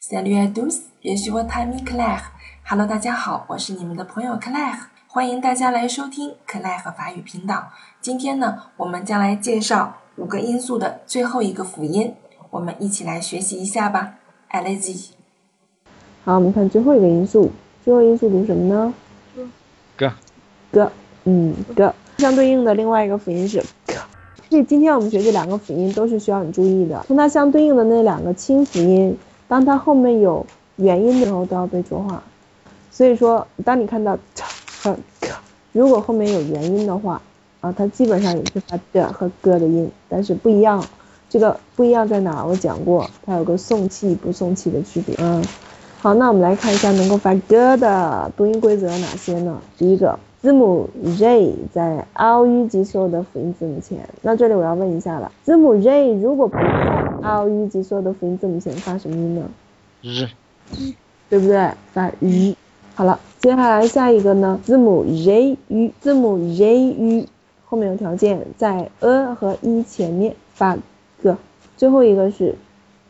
Salut à tous, je suis votre ami Claire. Hello，大家好，我是你们的朋友 Claire，欢迎大家来收听 Claire 法语频道。今天呢，我们将来介绍五个音素的最后一个辅音，我们一起来学习一下吧。Allez-y，好，我们看最后一个因素，最后一个因素读什么呢哥， ？g，嗯，g。相对应的另外一个辅音是 k。所以今天我们学这两个辅音都是需要你注意的，同它相对应的那两个清辅音，当它后面有元音的时候都要被浊化。所以说，当你看到 t 和 k，如果后面有元音的话，啊，它基本上也是发的和 g 的音，但是不一样。这个不一样在哪儿？我讲过，它有个送气不送气的区别。嗯，好，那我们来看一下能够发 g 的读音规则有哪些呢？第一个，字母 j 在 ao u 及所有的辅音字母前。那这里我要问一下了，字母 j 如果不在 ao u 及所有的辅音字母前，发什么音呢？日，对不对？发 y。好了，接下来下一个呢，字母 j u，字母 j u 后面有条件，在 a 和 e 前面发 g。最后一个是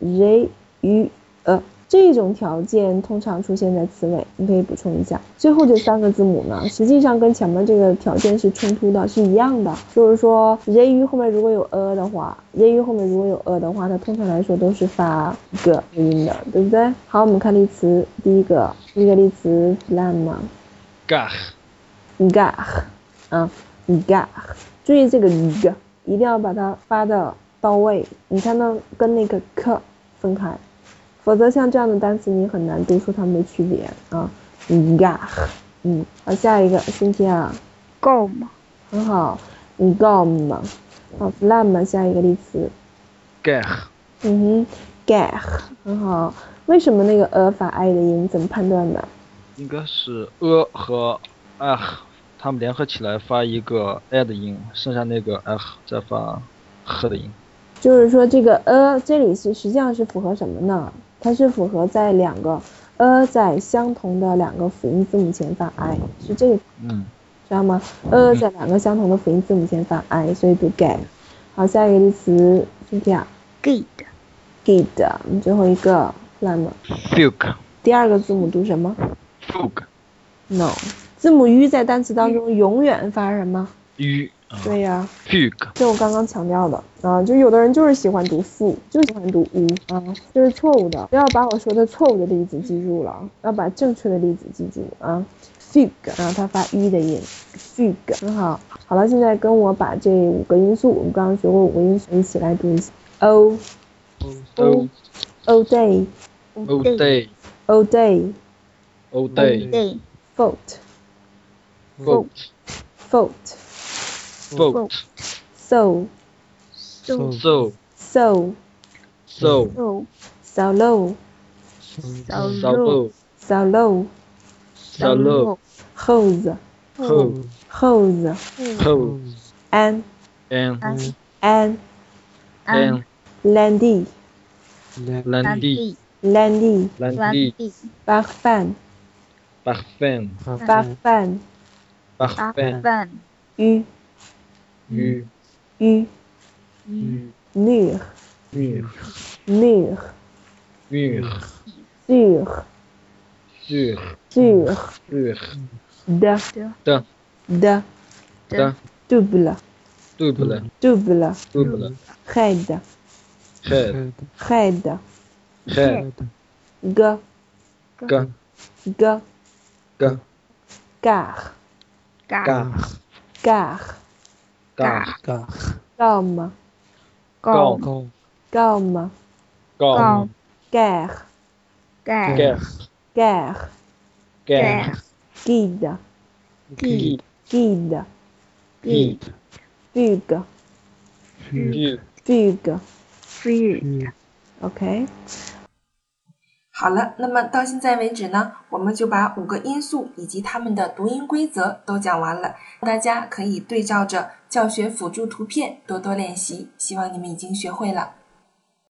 j u a，这呃种条件通常出现在词尾，你可以补充一下。最后这三个字母呢，实际上跟前面这个条件是冲突的，是一样的。就是说 j u 后面如果有 a 的话，j u 后面如果有 a 的话，它通常来说都是发 g 音的，对不对？好，我们看例词，第一个，第一个例词 flam gare, g a 啊 g a 注意这个 g，一定要把它发的到位，你才能跟那个 k 分开，否则像这样的单词你很难读出它们的区别啊 g a 嗯，好，下一个星期啊， com 很好 gom，好 flam 下一个例词， gare, 嗯哼 g a 很好，为什么那个 a 发 i 的音？怎么判断的？应该是 a 和 r，它们联合起来发一个 i 的音，剩下那个 r 再发 h 的音。就是说这个呃，这里是实际上是符合什么呢？它是符合在两个呃在相同的两个辅音字母前发 i，是这个嗯，知道吗？呃在两个相同的辅音字母前发 i，所以读 get。好，下一个例词 c y n gate g i d 我们最后一个 lam。 fugue, 第二个字母读什么 fugue, ？no，字母 u 在单词当中永远发什么？ u，啊对呀、 ，fugue，这我刚刚强调的啊，就有的人就是喜欢读负，就喜欢读无啊，这是错误的。不要把我说的错误的例子记住了，要把正确的例子记住啊。fig，然后它发 e 的音，fig，很好。好了，现在跟我把这五个因素，我们刚刚学过五个因素，一起来读一下。o o o day o day, o day o day, day fault vote, fault vote, so so so, so so, so solo solo, solo solo, hose ho, hose ho, and and, and and, landy lundi, landy lundi, parfum parfum, parfum parfum, u u, u u, mur mur, mur mur, sur sur, sur sur, de de, de de, double double, double double, raide head, raide head, g ga, g ga, car ga, car ga, gomme gom, gomme gom, guerre ger, guerre ger, guide gid, guide gid, fugue gid, fugue free OK。好了，那么到现在为止呢，我们就把五个音素以及它们的读音规则都讲完了，大家可以对照着教学辅助图片多多练习，希望你们已经学会了。